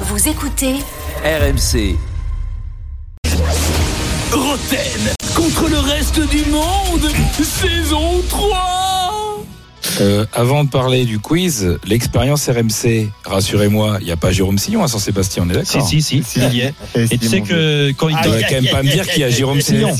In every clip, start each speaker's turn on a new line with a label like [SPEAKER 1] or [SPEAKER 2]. [SPEAKER 1] Vous écoutez
[SPEAKER 2] RMC. Roten contre le reste du monde, saison 3
[SPEAKER 3] Euh, avant de parler du quiz, l'expérience RMC, rassurez-moi, il n'y a pas Jérôme Sillon à Saint-Sébastien, on est
[SPEAKER 4] Si,
[SPEAKER 3] d'accord
[SPEAKER 4] si, si, il y est. Et tu sais que quand il
[SPEAKER 3] Tu vas quand même pas me dire qu'il y a Jérôme Sillon.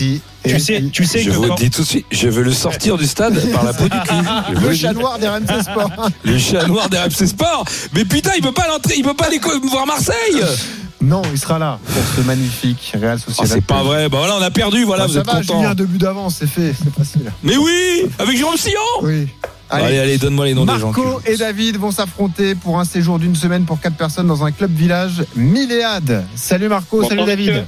[SPEAKER 4] Tu sais, tu sais
[SPEAKER 3] Je
[SPEAKER 4] que
[SPEAKER 3] vous le
[SPEAKER 4] quand.
[SPEAKER 3] dis tout de suite, je veux le sortir du stade par la peau du cul. Je vous
[SPEAKER 5] Le
[SPEAKER 3] le
[SPEAKER 5] chat
[SPEAKER 3] dis.
[SPEAKER 5] noir des RMC Sport.
[SPEAKER 3] Le chat noir des RMC Sport. Mais putain, il peut pas l'entrer, il peut pas aller co- voir Marseille.
[SPEAKER 5] Ah, Non, il sera là pour ce magnifique Real
[SPEAKER 3] Oh,
[SPEAKER 5] Sociedad.
[SPEAKER 3] c'est pas vrai. Bah voilà, on a perdu, voilà,
[SPEAKER 5] Ah,
[SPEAKER 3] vous
[SPEAKER 5] ça
[SPEAKER 3] êtes
[SPEAKER 5] va,
[SPEAKER 3] contents. hein.
[SPEAKER 5] Julien, deux buts d'avance, c'est fait, c'est facile.
[SPEAKER 3] Mais oui, avec Jérôme Sillon.
[SPEAKER 5] Oui.
[SPEAKER 3] Allez, allez, donne-moi les noms des gens. que
[SPEAKER 5] Marco
[SPEAKER 3] je-
[SPEAKER 5] et David vont s'affronter pour un séjour d'une semaine pour quatre personnes dans un club village Milléade. Salut Marco,
[SPEAKER 6] Bonsoir,
[SPEAKER 5] salut David.
[SPEAKER 6] monsieur.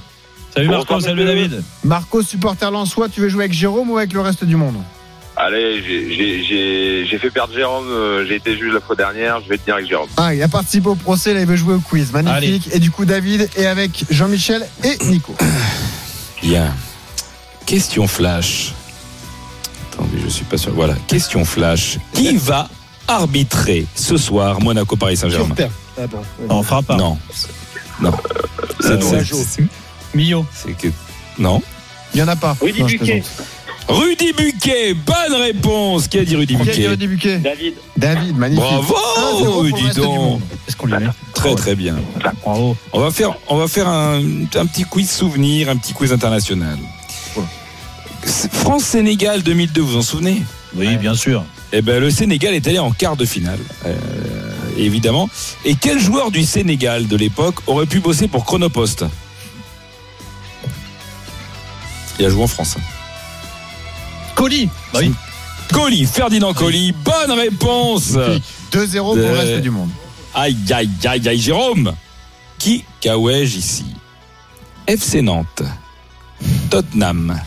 [SPEAKER 4] Salut Marco,
[SPEAKER 6] Bonsoir,
[SPEAKER 4] salut
[SPEAKER 6] monsieur.
[SPEAKER 4] David.
[SPEAKER 5] Marco, supporter lensois, tu veux jouer avec Jérôme ou avec le reste du monde
[SPEAKER 6] Allez, j'ai- j'ai- j'ai j'ai fait perdre Jérôme, euh, j'ai été juge la fois dernière, je vais tenir avec Jérôme.
[SPEAKER 5] Ah, il a participé au procès, là il veut jouer au quiz. Magnifique. Et du coup, David est avec Jean-Michel et Nico.
[SPEAKER 3] Bien. Question flash. Attendez, je suis pas sûr. Voilà, question flash. Qui va arbitrer ce soir Monaco Paris Saint-Germain
[SPEAKER 5] Ah,
[SPEAKER 4] On fera pas.
[SPEAKER 3] Non. Non. C'est
[SPEAKER 4] Euh,
[SPEAKER 3] c'est-
[SPEAKER 4] Mio.
[SPEAKER 3] c'est que non.
[SPEAKER 5] Il y en a pas.
[SPEAKER 7] Rudy
[SPEAKER 5] Non, je
[SPEAKER 7] Buquet.
[SPEAKER 5] plaisante.
[SPEAKER 3] Rudy Buquet, bonne réponse. Qui a dit Rudy
[SPEAKER 5] Qui a dit
[SPEAKER 3] Buquet
[SPEAKER 5] Rudy Buquet
[SPEAKER 7] David,
[SPEAKER 5] David, magnifique. 1-0
[SPEAKER 3] Bravo,
[SPEAKER 5] pour le
[SPEAKER 3] dis
[SPEAKER 5] reste du
[SPEAKER 3] donc.
[SPEAKER 5] monde.
[SPEAKER 4] Est-ce qu'on lui met
[SPEAKER 3] Très très bien.
[SPEAKER 4] Bravo.
[SPEAKER 3] On va faire, on va faire un, un petit quiz souvenir, un petit quiz international. France Sénégal 2002, vous vous en souvenez
[SPEAKER 4] Oui, bien sûr.
[SPEAKER 3] Eh ben, le Sénégal est allé en quart de finale, euh, évidemment. Et quel joueur du Sénégal de l'époque aurait pu bosser pour Chronopost Il a joué en France.
[SPEAKER 4] Colis. Bah oui.
[SPEAKER 3] Colli, Ferdinand Colli, bonne réponse
[SPEAKER 5] 2-0 pour le
[SPEAKER 3] Euh,
[SPEAKER 5] reste du monde.
[SPEAKER 3] Aïe, aïe, aïe, aïe, Jérôme Qui caouège ici FC Nantes, Tottenham,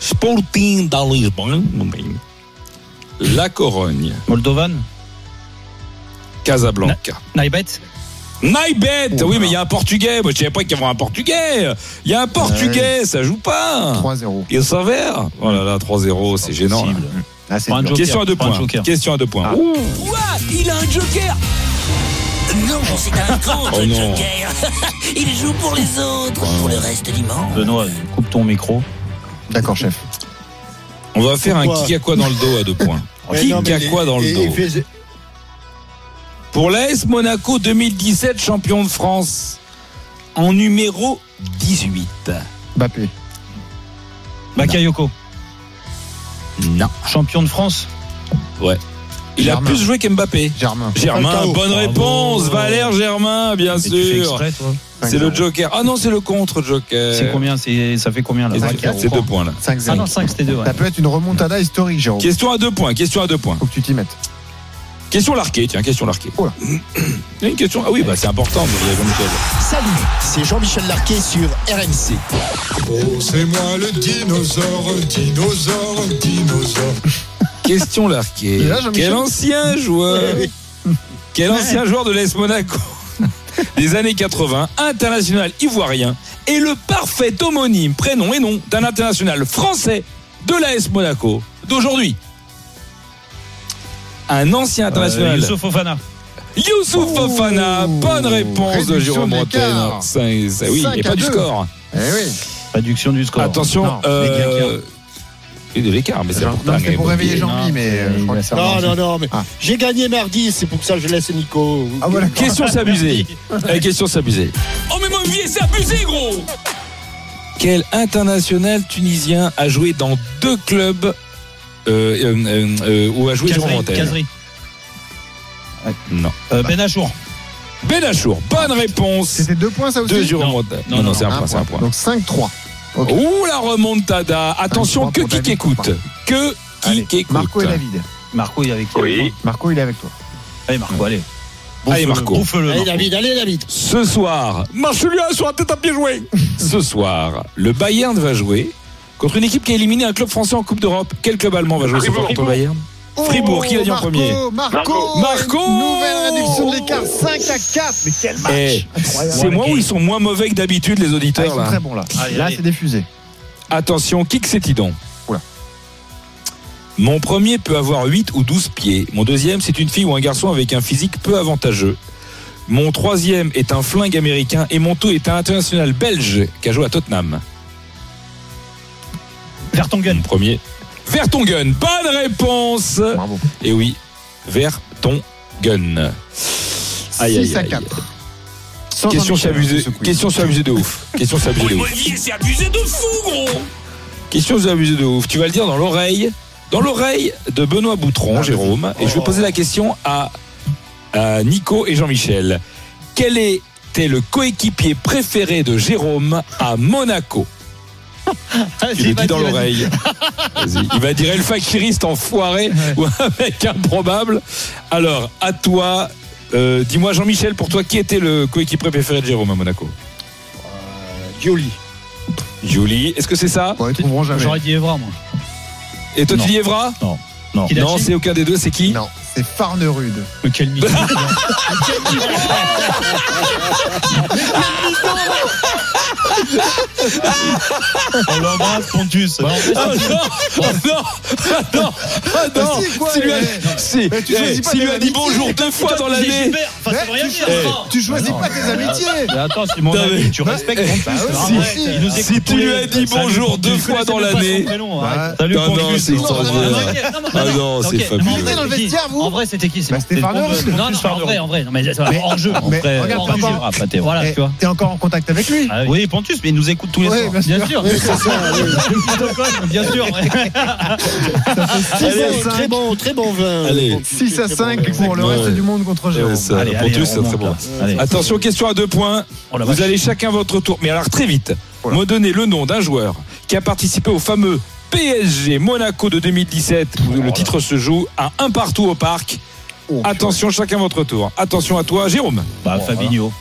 [SPEAKER 3] Sporting de Lisbonne, La Corogne,
[SPEAKER 4] Moldovan.
[SPEAKER 3] Casablanca.
[SPEAKER 4] Naibet.
[SPEAKER 3] Naibet Oui, mais il y a un Portugais. Moi, je savais pas qu'il y avait un Portugais. Il y a un Portugais, ça joue pas.
[SPEAKER 5] 3-0.
[SPEAKER 3] Il s'avère. Oh là là, 3-0, c'est gênant.
[SPEAKER 4] Possible.
[SPEAKER 3] hein.
[SPEAKER 5] Ah, c'est
[SPEAKER 4] Prends un
[SPEAKER 5] dur.
[SPEAKER 4] joker,
[SPEAKER 3] Question à deux
[SPEAKER 4] prends un
[SPEAKER 3] points.
[SPEAKER 4] joker.
[SPEAKER 3] Question à deux points.
[SPEAKER 5] Ah.
[SPEAKER 2] Quoi Il a un joker Non, c'est un grand
[SPEAKER 3] Oh non.
[SPEAKER 2] joker. Il joue pour les autres, pour le reste du monde.
[SPEAKER 4] Benoît, coupe ton micro.
[SPEAKER 5] D'accord, chef.
[SPEAKER 3] On va faire un
[SPEAKER 8] Pourquoi
[SPEAKER 3] kick à quoi dans le dos à deux points. Kick
[SPEAKER 8] non, mais
[SPEAKER 3] à
[SPEAKER 8] les-
[SPEAKER 3] quoi dans le
[SPEAKER 8] et-
[SPEAKER 3] dos
[SPEAKER 8] et fais-
[SPEAKER 3] Pour l'AS Monaco 2017, champion de France, en numéro 18.
[SPEAKER 5] Mbappé.
[SPEAKER 4] Bakayoko.
[SPEAKER 3] Non.
[SPEAKER 4] Champion de France.
[SPEAKER 3] Il a
[SPEAKER 5] Germain.
[SPEAKER 3] plus joué qu'Mbappé.
[SPEAKER 5] Germain.
[SPEAKER 3] Germain,
[SPEAKER 8] Falcao.
[SPEAKER 3] bonne
[SPEAKER 4] Bravo.
[SPEAKER 3] réponse. Valère Germain, bien
[SPEAKER 4] Mais tu fais
[SPEAKER 3] sûr.
[SPEAKER 4] exprès, toi.
[SPEAKER 3] C'est le joker. Ah non, c'est le contre-joker.
[SPEAKER 4] C'est combien c'est- Ça fait combien là
[SPEAKER 3] Et
[SPEAKER 5] Cinq,
[SPEAKER 3] c'est-
[SPEAKER 5] zéro.
[SPEAKER 3] C'est deux points là.
[SPEAKER 5] 5-0.
[SPEAKER 4] Ah non, 5 c'était 2.
[SPEAKER 5] Ça peut être une remontada historique, Jérôme.
[SPEAKER 3] Question à deux points, question à deux points.
[SPEAKER 5] Faut que tu t'y mettes.
[SPEAKER 3] Question larquée, tiens, question larquée.
[SPEAKER 5] Oula.
[SPEAKER 3] Il y a Une question. Ah oui, bah c'est important, mais vous avez compris.
[SPEAKER 8] Salut, c'est Jean-Michel Larquet sur RMC.
[SPEAKER 9] Oh, C'est moi le dinosaure, dinosaure, dinosaure.
[SPEAKER 3] Question larquée.
[SPEAKER 5] Et là, Jean-Michel
[SPEAKER 3] Quel ancien joueur Quel ancien joueur de l'AS Monaco des années 80, international ivoirien, et le parfait homonyme, prénom et nom d'un international français de l'AS Monaco d'aujourd'hui. Un ancien international.
[SPEAKER 5] Euh,
[SPEAKER 4] Youssouf Fofana.
[SPEAKER 3] Youssouf Fofana,
[SPEAKER 5] Oh.
[SPEAKER 3] bonne réponse de
[SPEAKER 5] Réduction
[SPEAKER 3] Jérôme
[SPEAKER 5] de
[SPEAKER 3] Rotten.
[SPEAKER 5] l'écart.
[SPEAKER 3] Cinq- ça- Oui,
[SPEAKER 5] Cinq
[SPEAKER 3] et
[SPEAKER 5] à
[SPEAKER 3] pas du
[SPEAKER 5] deux.
[SPEAKER 3] score.
[SPEAKER 5] Eh oui.
[SPEAKER 4] Réduction du score.
[SPEAKER 3] Attention,
[SPEAKER 5] Non,
[SPEAKER 3] euh, et de l'écart, mais c'est
[SPEAKER 5] Non,
[SPEAKER 3] important.
[SPEAKER 5] c'était pour réveiller Jean-Mi,
[SPEAKER 4] Non,
[SPEAKER 5] mais euh,
[SPEAKER 4] c'est-
[SPEAKER 5] je crois que
[SPEAKER 4] il
[SPEAKER 5] ça
[SPEAKER 8] Non,
[SPEAKER 5] va.
[SPEAKER 8] non, non, mais
[SPEAKER 5] Ah.
[SPEAKER 8] j'ai gagné mardi, c'est pour ça que je laisse Nico.
[SPEAKER 5] Ah, voilà.
[SPEAKER 3] Question s'abuser. Euh, question s'abuser.
[SPEAKER 2] Oh mais mon vieux, c'est abusé gros
[SPEAKER 3] Quel international tunisien a joué dans deux clubs euh, euh, euh, euh, où a joué Jérôme
[SPEAKER 4] Kazri.
[SPEAKER 3] Rotten
[SPEAKER 4] Kazri.
[SPEAKER 3] Non.
[SPEAKER 4] Euh, Ben Achour.
[SPEAKER 3] Benachour, bonne réponse
[SPEAKER 5] C'était deux points, ça aussi
[SPEAKER 3] de Jérôme
[SPEAKER 4] Non.
[SPEAKER 3] Rotten. Non,
[SPEAKER 4] Non,
[SPEAKER 3] non,
[SPEAKER 4] non,
[SPEAKER 3] c'est un point, c'est un point.
[SPEAKER 5] Donc 5-3. Ok.
[SPEAKER 3] Ouh la remontada Attention,
[SPEAKER 5] trois
[SPEAKER 3] que
[SPEAKER 5] pour
[SPEAKER 3] qui
[SPEAKER 5] David,
[SPEAKER 3] écoute Que
[SPEAKER 5] Allez,
[SPEAKER 3] qui écoute
[SPEAKER 5] Marco et David.
[SPEAKER 4] Marco, il est avec toi.
[SPEAKER 6] Oui.
[SPEAKER 5] Marco, il est avec toi.
[SPEAKER 4] Allez, Marco, allez.
[SPEAKER 3] Allez Marco
[SPEAKER 4] Bouffe-le.
[SPEAKER 8] Allez
[SPEAKER 4] Marco.
[SPEAKER 8] David, allez David.
[SPEAKER 3] Ce soir, Marcelien sur la tête à pied joué. Ce soir, le Bayern va jouer contre une équipe qui a éliminé un club français en Coupe d'Europe. Quel club allemand va jouer ce soir contre le Bayern Oh, Fribourg, qui l'a dit en
[SPEAKER 5] Marco,
[SPEAKER 3] premier
[SPEAKER 5] Marco
[SPEAKER 3] Marco.
[SPEAKER 5] Nouvelle réduction de l'écart, 5 à 4. Mais quel match
[SPEAKER 3] Eh, C'est
[SPEAKER 4] Incroyable.
[SPEAKER 3] moi où ils sont moins mauvais que d'habitude, les
[SPEAKER 5] Ah, Ils
[SPEAKER 3] auditeurs.
[SPEAKER 5] sont
[SPEAKER 3] là.
[SPEAKER 5] très bons là.
[SPEAKER 4] Allez,
[SPEAKER 5] Là,
[SPEAKER 4] allez.
[SPEAKER 5] c'est diffusé.
[SPEAKER 3] Attention, kick c'est tidon.
[SPEAKER 5] Oula.
[SPEAKER 3] Mon premier peut avoir 8 ou 12 pieds. Mon deuxième, c'est une fille ou un garçon avec un physique peu avantageux. Mon troisième est un flingue américain et mon tout est un international belge qui a joué à Tottenham.
[SPEAKER 4] Vertonghen.
[SPEAKER 3] Mon premier. Vertonghen. Bonne réponse.
[SPEAKER 5] Bravo.
[SPEAKER 3] Et Eh oui, Vertonghen. Aïe, aïe,
[SPEAKER 5] 6 à
[SPEAKER 3] aïe.
[SPEAKER 5] 4.
[SPEAKER 3] Question s'abuser. Question s'abuser de ouf. Question s'abuser de ouf.
[SPEAKER 2] Olivier, c'est abusé de fou, gros
[SPEAKER 3] Question abusée de ouf. Tu vas le dire dans l'oreille, dans l'oreille de Benoît Boutron, Jérôme. Et je vais poser la question à, à Nico et Jean-Michel. Quel était le coéquipier préféré de Jérôme à Monaco Tu le dis dans l'oreille. Vas-y. Il va dire El Fakiriste enfoiré ou un mec improbable. Alors, à toi. euh, Dis-moi, Jean-Michel, pour toi, qui était le coéquipier préféré de Jérôme à Monaco
[SPEAKER 8] Gioli.
[SPEAKER 3] Julie, est-ce que c'est ça
[SPEAKER 5] Bon, ils trouveront jamais.
[SPEAKER 4] J'aurais dit Evra, moi.
[SPEAKER 3] Et toi,
[SPEAKER 4] Non.
[SPEAKER 3] tu dis Evra
[SPEAKER 4] Non.
[SPEAKER 3] Non, c'est aucun des deux, c'est qui
[SPEAKER 5] Non, c'est Farnerud.
[SPEAKER 4] Mais Quel niveau.
[SPEAKER 3] Oh,
[SPEAKER 4] On l'embrasse, Pontus.
[SPEAKER 3] Ah non, ah non, ah non, ah non.
[SPEAKER 5] si, quoi,
[SPEAKER 3] S'il lui a-
[SPEAKER 5] eh,
[SPEAKER 3] si,
[SPEAKER 5] mais tu
[SPEAKER 3] eh,
[SPEAKER 5] choisis pas
[SPEAKER 3] s'il
[SPEAKER 5] tes
[SPEAKER 3] lui a dit
[SPEAKER 5] amitiés.
[SPEAKER 3] bonjour deux fois dans l'année.
[SPEAKER 4] Enfin, ça veut rien dire.
[SPEAKER 5] Tu choisis
[SPEAKER 4] non.
[SPEAKER 5] pas tes amitiés.
[SPEAKER 4] Mais Bah attends, c'est mon
[SPEAKER 3] Non, mais-
[SPEAKER 4] ami, tu respectes
[SPEAKER 3] Eh,
[SPEAKER 4] Pontus.
[SPEAKER 5] bah oui,
[SPEAKER 4] hein,
[SPEAKER 5] si,
[SPEAKER 4] arrête,
[SPEAKER 5] si.
[SPEAKER 4] il nous
[SPEAKER 3] Si
[SPEAKER 4] écoute
[SPEAKER 3] tu
[SPEAKER 4] tous
[SPEAKER 3] lui
[SPEAKER 4] les-
[SPEAKER 3] as dit
[SPEAKER 4] Salut,
[SPEAKER 3] bonjour
[SPEAKER 4] Pontus.
[SPEAKER 3] deux
[SPEAKER 4] Je
[SPEAKER 3] fois
[SPEAKER 4] connaissais
[SPEAKER 3] dans
[SPEAKER 4] même pas son
[SPEAKER 3] l'année.
[SPEAKER 4] prénom, arrête.
[SPEAKER 5] Ouais.
[SPEAKER 4] Salut,
[SPEAKER 3] Ah non,
[SPEAKER 4] Pontus.
[SPEAKER 3] c'est extraordinaire. Ah non, c'est
[SPEAKER 4] ok.
[SPEAKER 3] fabuleux.
[SPEAKER 4] Mais
[SPEAKER 5] Il est dans le
[SPEAKER 4] qui
[SPEAKER 5] vestiaire, vous
[SPEAKER 1] En vrai, c'était qui c'est
[SPEAKER 5] Bah,
[SPEAKER 1] bon.
[SPEAKER 5] c'était Farnerud.
[SPEAKER 4] Pontus,
[SPEAKER 1] Non, non, en
[SPEAKER 4] Farnerud.
[SPEAKER 1] vrai, en vrai. Non, mais ça va,
[SPEAKER 5] Mais-
[SPEAKER 1] hors jeu.
[SPEAKER 5] mais
[SPEAKER 4] Après,
[SPEAKER 5] regarde,
[SPEAKER 4] hors
[SPEAKER 5] papa.
[SPEAKER 4] jeu. Ah, pas terrible.
[SPEAKER 1] Voilà,
[SPEAKER 5] Eh,
[SPEAKER 1] tu vois.
[SPEAKER 5] T'es encore en contact avec lui
[SPEAKER 1] Ah oui,
[SPEAKER 4] Oui, Pontus, mais il nous écoute tous les
[SPEAKER 5] Ouais,
[SPEAKER 4] soirs.
[SPEAKER 5] bien sûr.
[SPEAKER 1] bien sûr. bien sûr.
[SPEAKER 8] Très,
[SPEAKER 3] Allez,
[SPEAKER 8] bon, très bon, très bon vin.
[SPEAKER 3] Allez.
[SPEAKER 8] Bon, très
[SPEAKER 5] 6 à
[SPEAKER 8] bon
[SPEAKER 5] 5
[SPEAKER 8] vin.
[SPEAKER 5] pour le
[SPEAKER 3] Ouais, ouais.
[SPEAKER 5] reste du monde contre
[SPEAKER 3] Eh,
[SPEAKER 5] Jérôme.
[SPEAKER 3] ça,
[SPEAKER 4] Allez,
[SPEAKER 3] pour
[SPEAKER 4] allez,
[SPEAKER 3] tous,
[SPEAKER 4] on
[SPEAKER 3] c'est très
[SPEAKER 4] remonte,
[SPEAKER 3] bon.
[SPEAKER 4] là. Allez.
[SPEAKER 3] Attention, question à deux points.
[SPEAKER 1] Oh, la
[SPEAKER 3] Vous
[SPEAKER 1] vache.
[SPEAKER 3] allez chacun votre tour. Mais alors très vite,
[SPEAKER 5] Oula.
[SPEAKER 3] me donner le nom d'un joueur qui a participé au fameux PSG Monaco de 2017 où le titre se joue à un partout au parc. Attention, chacun votre tour. Attention à toi, Jérôme.
[SPEAKER 4] Bah, Fabinho.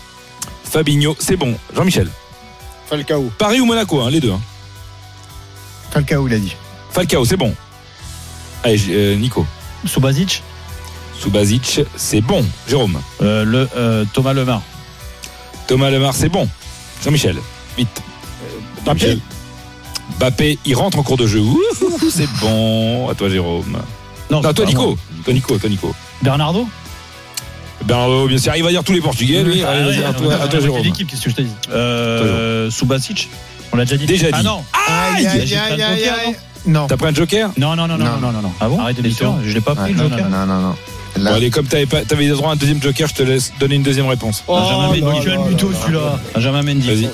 [SPEAKER 3] Fabinho, c'est bon. Jean-Michel.
[SPEAKER 8] Falcao.
[SPEAKER 3] Paris ou Monaco, hein, les deux. hein.
[SPEAKER 5] Falcao, il a dit.
[SPEAKER 3] Falcao, c'est bon. Allez, J- euh, Nico.
[SPEAKER 4] Subasic.
[SPEAKER 3] Subasic, c'est bon. Jérôme.
[SPEAKER 4] Euh, le, euh, Thomas Lemar.
[SPEAKER 3] Thomas Lemar, c'est bon. Jean-Michel, vite. Jean-Michel. Bappé, il rentre en cours de jeu. Ouh, c'est bon. À toi, Jérôme. Non, toi,
[SPEAKER 4] c'est pas moi.
[SPEAKER 3] Nico. Toi, Nico. Toi, Nico.
[SPEAKER 4] Bernardo
[SPEAKER 3] Bernardo, bien sûr, il va dire tous les Portugais,
[SPEAKER 4] Ah,
[SPEAKER 3] lui. Allez, vas-y, à toi, à toi, Jérôme.
[SPEAKER 1] l'équipe, qu'est-ce que je te dis
[SPEAKER 4] euh, Subasic.
[SPEAKER 1] On l'a déjà dit.
[SPEAKER 3] Déjà dit.
[SPEAKER 4] Ah non
[SPEAKER 5] Aïe, aïe,
[SPEAKER 4] j'ai pas
[SPEAKER 5] aïe,
[SPEAKER 4] le
[SPEAKER 5] aïe,
[SPEAKER 4] poker,
[SPEAKER 5] aïe. Non.
[SPEAKER 3] T'as pris un joker
[SPEAKER 1] Non, non, non, non,
[SPEAKER 5] Non.
[SPEAKER 1] non, non, non.
[SPEAKER 4] Ah bon
[SPEAKER 1] Arrête de
[SPEAKER 4] T'es
[SPEAKER 1] mytho.
[SPEAKER 4] sûr Je l'ai pas
[SPEAKER 5] Ah,
[SPEAKER 4] pris, le
[SPEAKER 5] Non,
[SPEAKER 4] joker.
[SPEAKER 5] non, non, non, non.
[SPEAKER 3] Bon,
[SPEAKER 5] Là, bah
[SPEAKER 3] allez, comme t'avais pas- t'avais droit à un deuxième joker, je te laisse donner une deuxième réponse.
[SPEAKER 4] Benjamin
[SPEAKER 8] Oh,
[SPEAKER 4] Mendy.
[SPEAKER 8] là, là, là, là.
[SPEAKER 4] Benjamin Mendy.
[SPEAKER 3] Vas-y.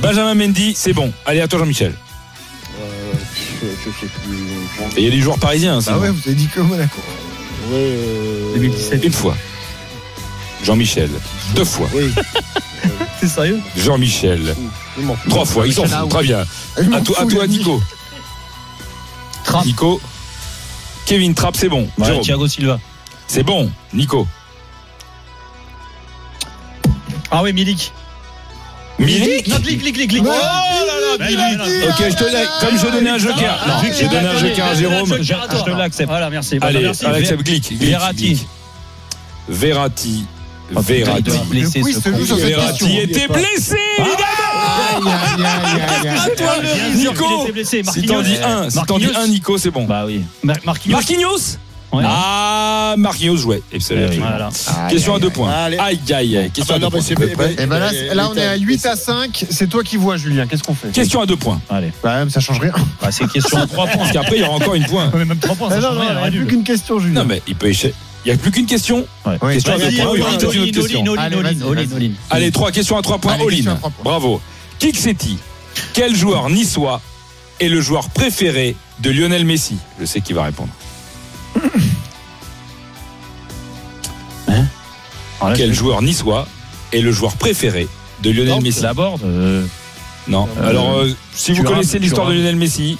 [SPEAKER 3] Benjamin Mendy, c'est bon. Allez, à toi, Jean-Michel.
[SPEAKER 8] Euh, je, je sais plus.
[SPEAKER 3] Et Il y a des joueurs parisiens, hein,
[SPEAKER 5] Bah
[SPEAKER 3] sinon.
[SPEAKER 5] ouais, vous avez dit que Monaco.
[SPEAKER 8] Ouais, euh,
[SPEAKER 1] 2017.
[SPEAKER 3] Une fois. Jean-Michel. Deux fois.
[SPEAKER 8] Oui.
[SPEAKER 4] T'es sérieux
[SPEAKER 3] Jean-Michel.
[SPEAKER 8] Je m'en fous.
[SPEAKER 3] Trois fois, il s'en fout. Très bien.
[SPEAKER 5] Je m'en
[SPEAKER 3] À toi, à
[SPEAKER 5] fous,
[SPEAKER 3] toi,
[SPEAKER 5] il a dit.
[SPEAKER 3] Nico.
[SPEAKER 1] Trapp.
[SPEAKER 3] Nico. Kevin Trapp, c'est bon.
[SPEAKER 4] Ouais,
[SPEAKER 3] Jérôme,
[SPEAKER 4] Thiago Silva.
[SPEAKER 3] c'est bon. Nico.
[SPEAKER 1] Ah oui, Milik.
[SPEAKER 3] Milik
[SPEAKER 1] Non, clic, clic, clic, clic.
[SPEAKER 5] Ouais.
[SPEAKER 4] Oh là là, Ah,
[SPEAKER 1] Milik.
[SPEAKER 4] Milik.
[SPEAKER 3] Ok, je te laisse. Comme je donnais un joker.
[SPEAKER 1] Non,
[SPEAKER 3] Non,
[SPEAKER 1] non,
[SPEAKER 3] j'ai donné un
[SPEAKER 1] attendez,
[SPEAKER 3] joker à
[SPEAKER 1] je donne un
[SPEAKER 3] Jérôme.
[SPEAKER 1] joker à toi.
[SPEAKER 4] Je te l'accepte.
[SPEAKER 1] Voilà, merci. Bon, bah,
[SPEAKER 3] Allez,
[SPEAKER 1] merci.
[SPEAKER 3] on accepte Glick. Glick,
[SPEAKER 4] Ah, Verratti.
[SPEAKER 3] Glick. Verratti.
[SPEAKER 4] Oh, putain, il
[SPEAKER 3] Verratti.
[SPEAKER 4] doit blesser
[SPEAKER 5] Le quiz
[SPEAKER 4] ce
[SPEAKER 5] se joue
[SPEAKER 4] con.
[SPEAKER 5] sur cette
[SPEAKER 3] Verratti
[SPEAKER 5] question.
[SPEAKER 3] était
[SPEAKER 8] pas.
[SPEAKER 3] blessé, évidemment.
[SPEAKER 5] Aïe, aïe, aïe, aïe, aïe.
[SPEAKER 3] À toi,
[SPEAKER 1] Bien sûr qu'il
[SPEAKER 3] Nico.
[SPEAKER 1] était blessé.
[SPEAKER 3] Si t'en
[SPEAKER 1] Marquinhos.
[SPEAKER 3] dis un, si t'en dis un, Nico, c'est bon.
[SPEAKER 4] Bah oui.
[SPEAKER 1] Mar- Marquinhos.
[SPEAKER 3] Marquinhos
[SPEAKER 1] Ouais.
[SPEAKER 3] Ah, Marquinhos jouait. Et c'est-
[SPEAKER 4] Eh oui.
[SPEAKER 1] Voilà.
[SPEAKER 5] Aïe,
[SPEAKER 3] Question à
[SPEAKER 5] aïe,
[SPEAKER 3] deux
[SPEAKER 5] aïe.
[SPEAKER 3] points.
[SPEAKER 8] Allez.
[SPEAKER 3] Aïe, aïe, aïe. Question
[SPEAKER 8] Ah
[SPEAKER 3] à
[SPEAKER 8] bah
[SPEAKER 3] deux
[SPEAKER 8] non,
[SPEAKER 3] points.
[SPEAKER 8] mais c'est-
[SPEAKER 3] Vous êtes prêts
[SPEAKER 5] Eh ben là, c- là, on est à 8 à 5. C'est toi qui vois, Julien. Qu'est-ce qu'on fait
[SPEAKER 3] Question à deux points.
[SPEAKER 4] Allez.
[SPEAKER 5] Bah, même, ça change rien.
[SPEAKER 4] Bah, c'est question à 3 points.
[SPEAKER 3] Parce qu'après, il y aura encore une point.
[SPEAKER 1] Ouais, mais Même 3 points, Ah, ça
[SPEAKER 5] Ah, non,
[SPEAKER 1] change
[SPEAKER 5] non,
[SPEAKER 1] rien,
[SPEAKER 5] il n'y a
[SPEAKER 1] rien du
[SPEAKER 5] plus
[SPEAKER 1] tout.
[SPEAKER 5] qu'une question, Julien.
[SPEAKER 3] Non, mais il peut échouer. Il n'y a plus qu'une question.
[SPEAKER 5] Oui.
[SPEAKER 3] Question à deux
[SPEAKER 4] Vas-y,
[SPEAKER 3] points. Il y aura
[SPEAKER 4] Olin,
[SPEAKER 3] peut-être une
[SPEAKER 4] Olin,
[SPEAKER 3] autre question.
[SPEAKER 4] Olin,
[SPEAKER 5] Allez,
[SPEAKER 4] Olin,
[SPEAKER 5] vas-y,
[SPEAKER 4] Olin,
[SPEAKER 5] vas-y.
[SPEAKER 4] Olin.
[SPEAKER 3] Allez, trois questions à trois points.
[SPEAKER 5] Allez, question à
[SPEAKER 3] Olin.
[SPEAKER 5] trois points.
[SPEAKER 3] Bravo. Kixetti, quel joueur niçois est le joueur préféré de Lionel Messi Je sais qui va répondre.
[SPEAKER 4] Alors là,
[SPEAKER 3] Quel joueur niçois est le joueur préféré de Lionel
[SPEAKER 4] je-
[SPEAKER 3] Messi
[SPEAKER 4] La board euh,
[SPEAKER 3] Non.
[SPEAKER 4] Euh,
[SPEAKER 3] Alors, euh, si vous
[SPEAKER 4] Thuram,
[SPEAKER 3] connaissez l'histoire de
[SPEAKER 4] Thuram.
[SPEAKER 3] Lionel Messi,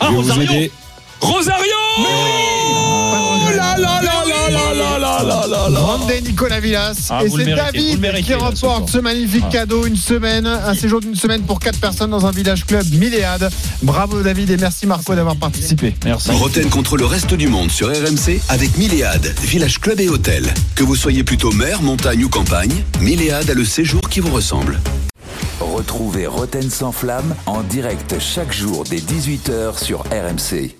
[SPEAKER 1] Ah,
[SPEAKER 3] je vais
[SPEAKER 1] Rosario.
[SPEAKER 3] vous aider. Rosario Oh là là là là là là là là là là.
[SPEAKER 5] Grande Nicolas Villas.
[SPEAKER 4] Ah,
[SPEAKER 5] et
[SPEAKER 4] vous le
[SPEAKER 5] c'est
[SPEAKER 4] méritez, vous
[SPEAKER 5] David
[SPEAKER 4] le méritez,
[SPEAKER 5] qui
[SPEAKER 4] là, ce
[SPEAKER 5] remporte
[SPEAKER 4] soir.
[SPEAKER 5] ce magnifique
[SPEAKER 4] Ah.
[SPEAKER 5] cadeau, une semaine, un séjour d'une semaine pour 4 personnes dans un village club Milléade. Bravo David et merci Marco d'avoir participé.
[SPEAKER 4] Merci.
[SPEAKER 7] Roten contre le reste du monde sur RMC avec Milléade, village club et hôtel. Que vous soyez plutôt mer, montagne ou campagne, Milléade a le séjour qui vous ressemble.
[SPEAKER 10] Retrouvez Roten sans flamme en direct chaque jour dès 18h sur RMC.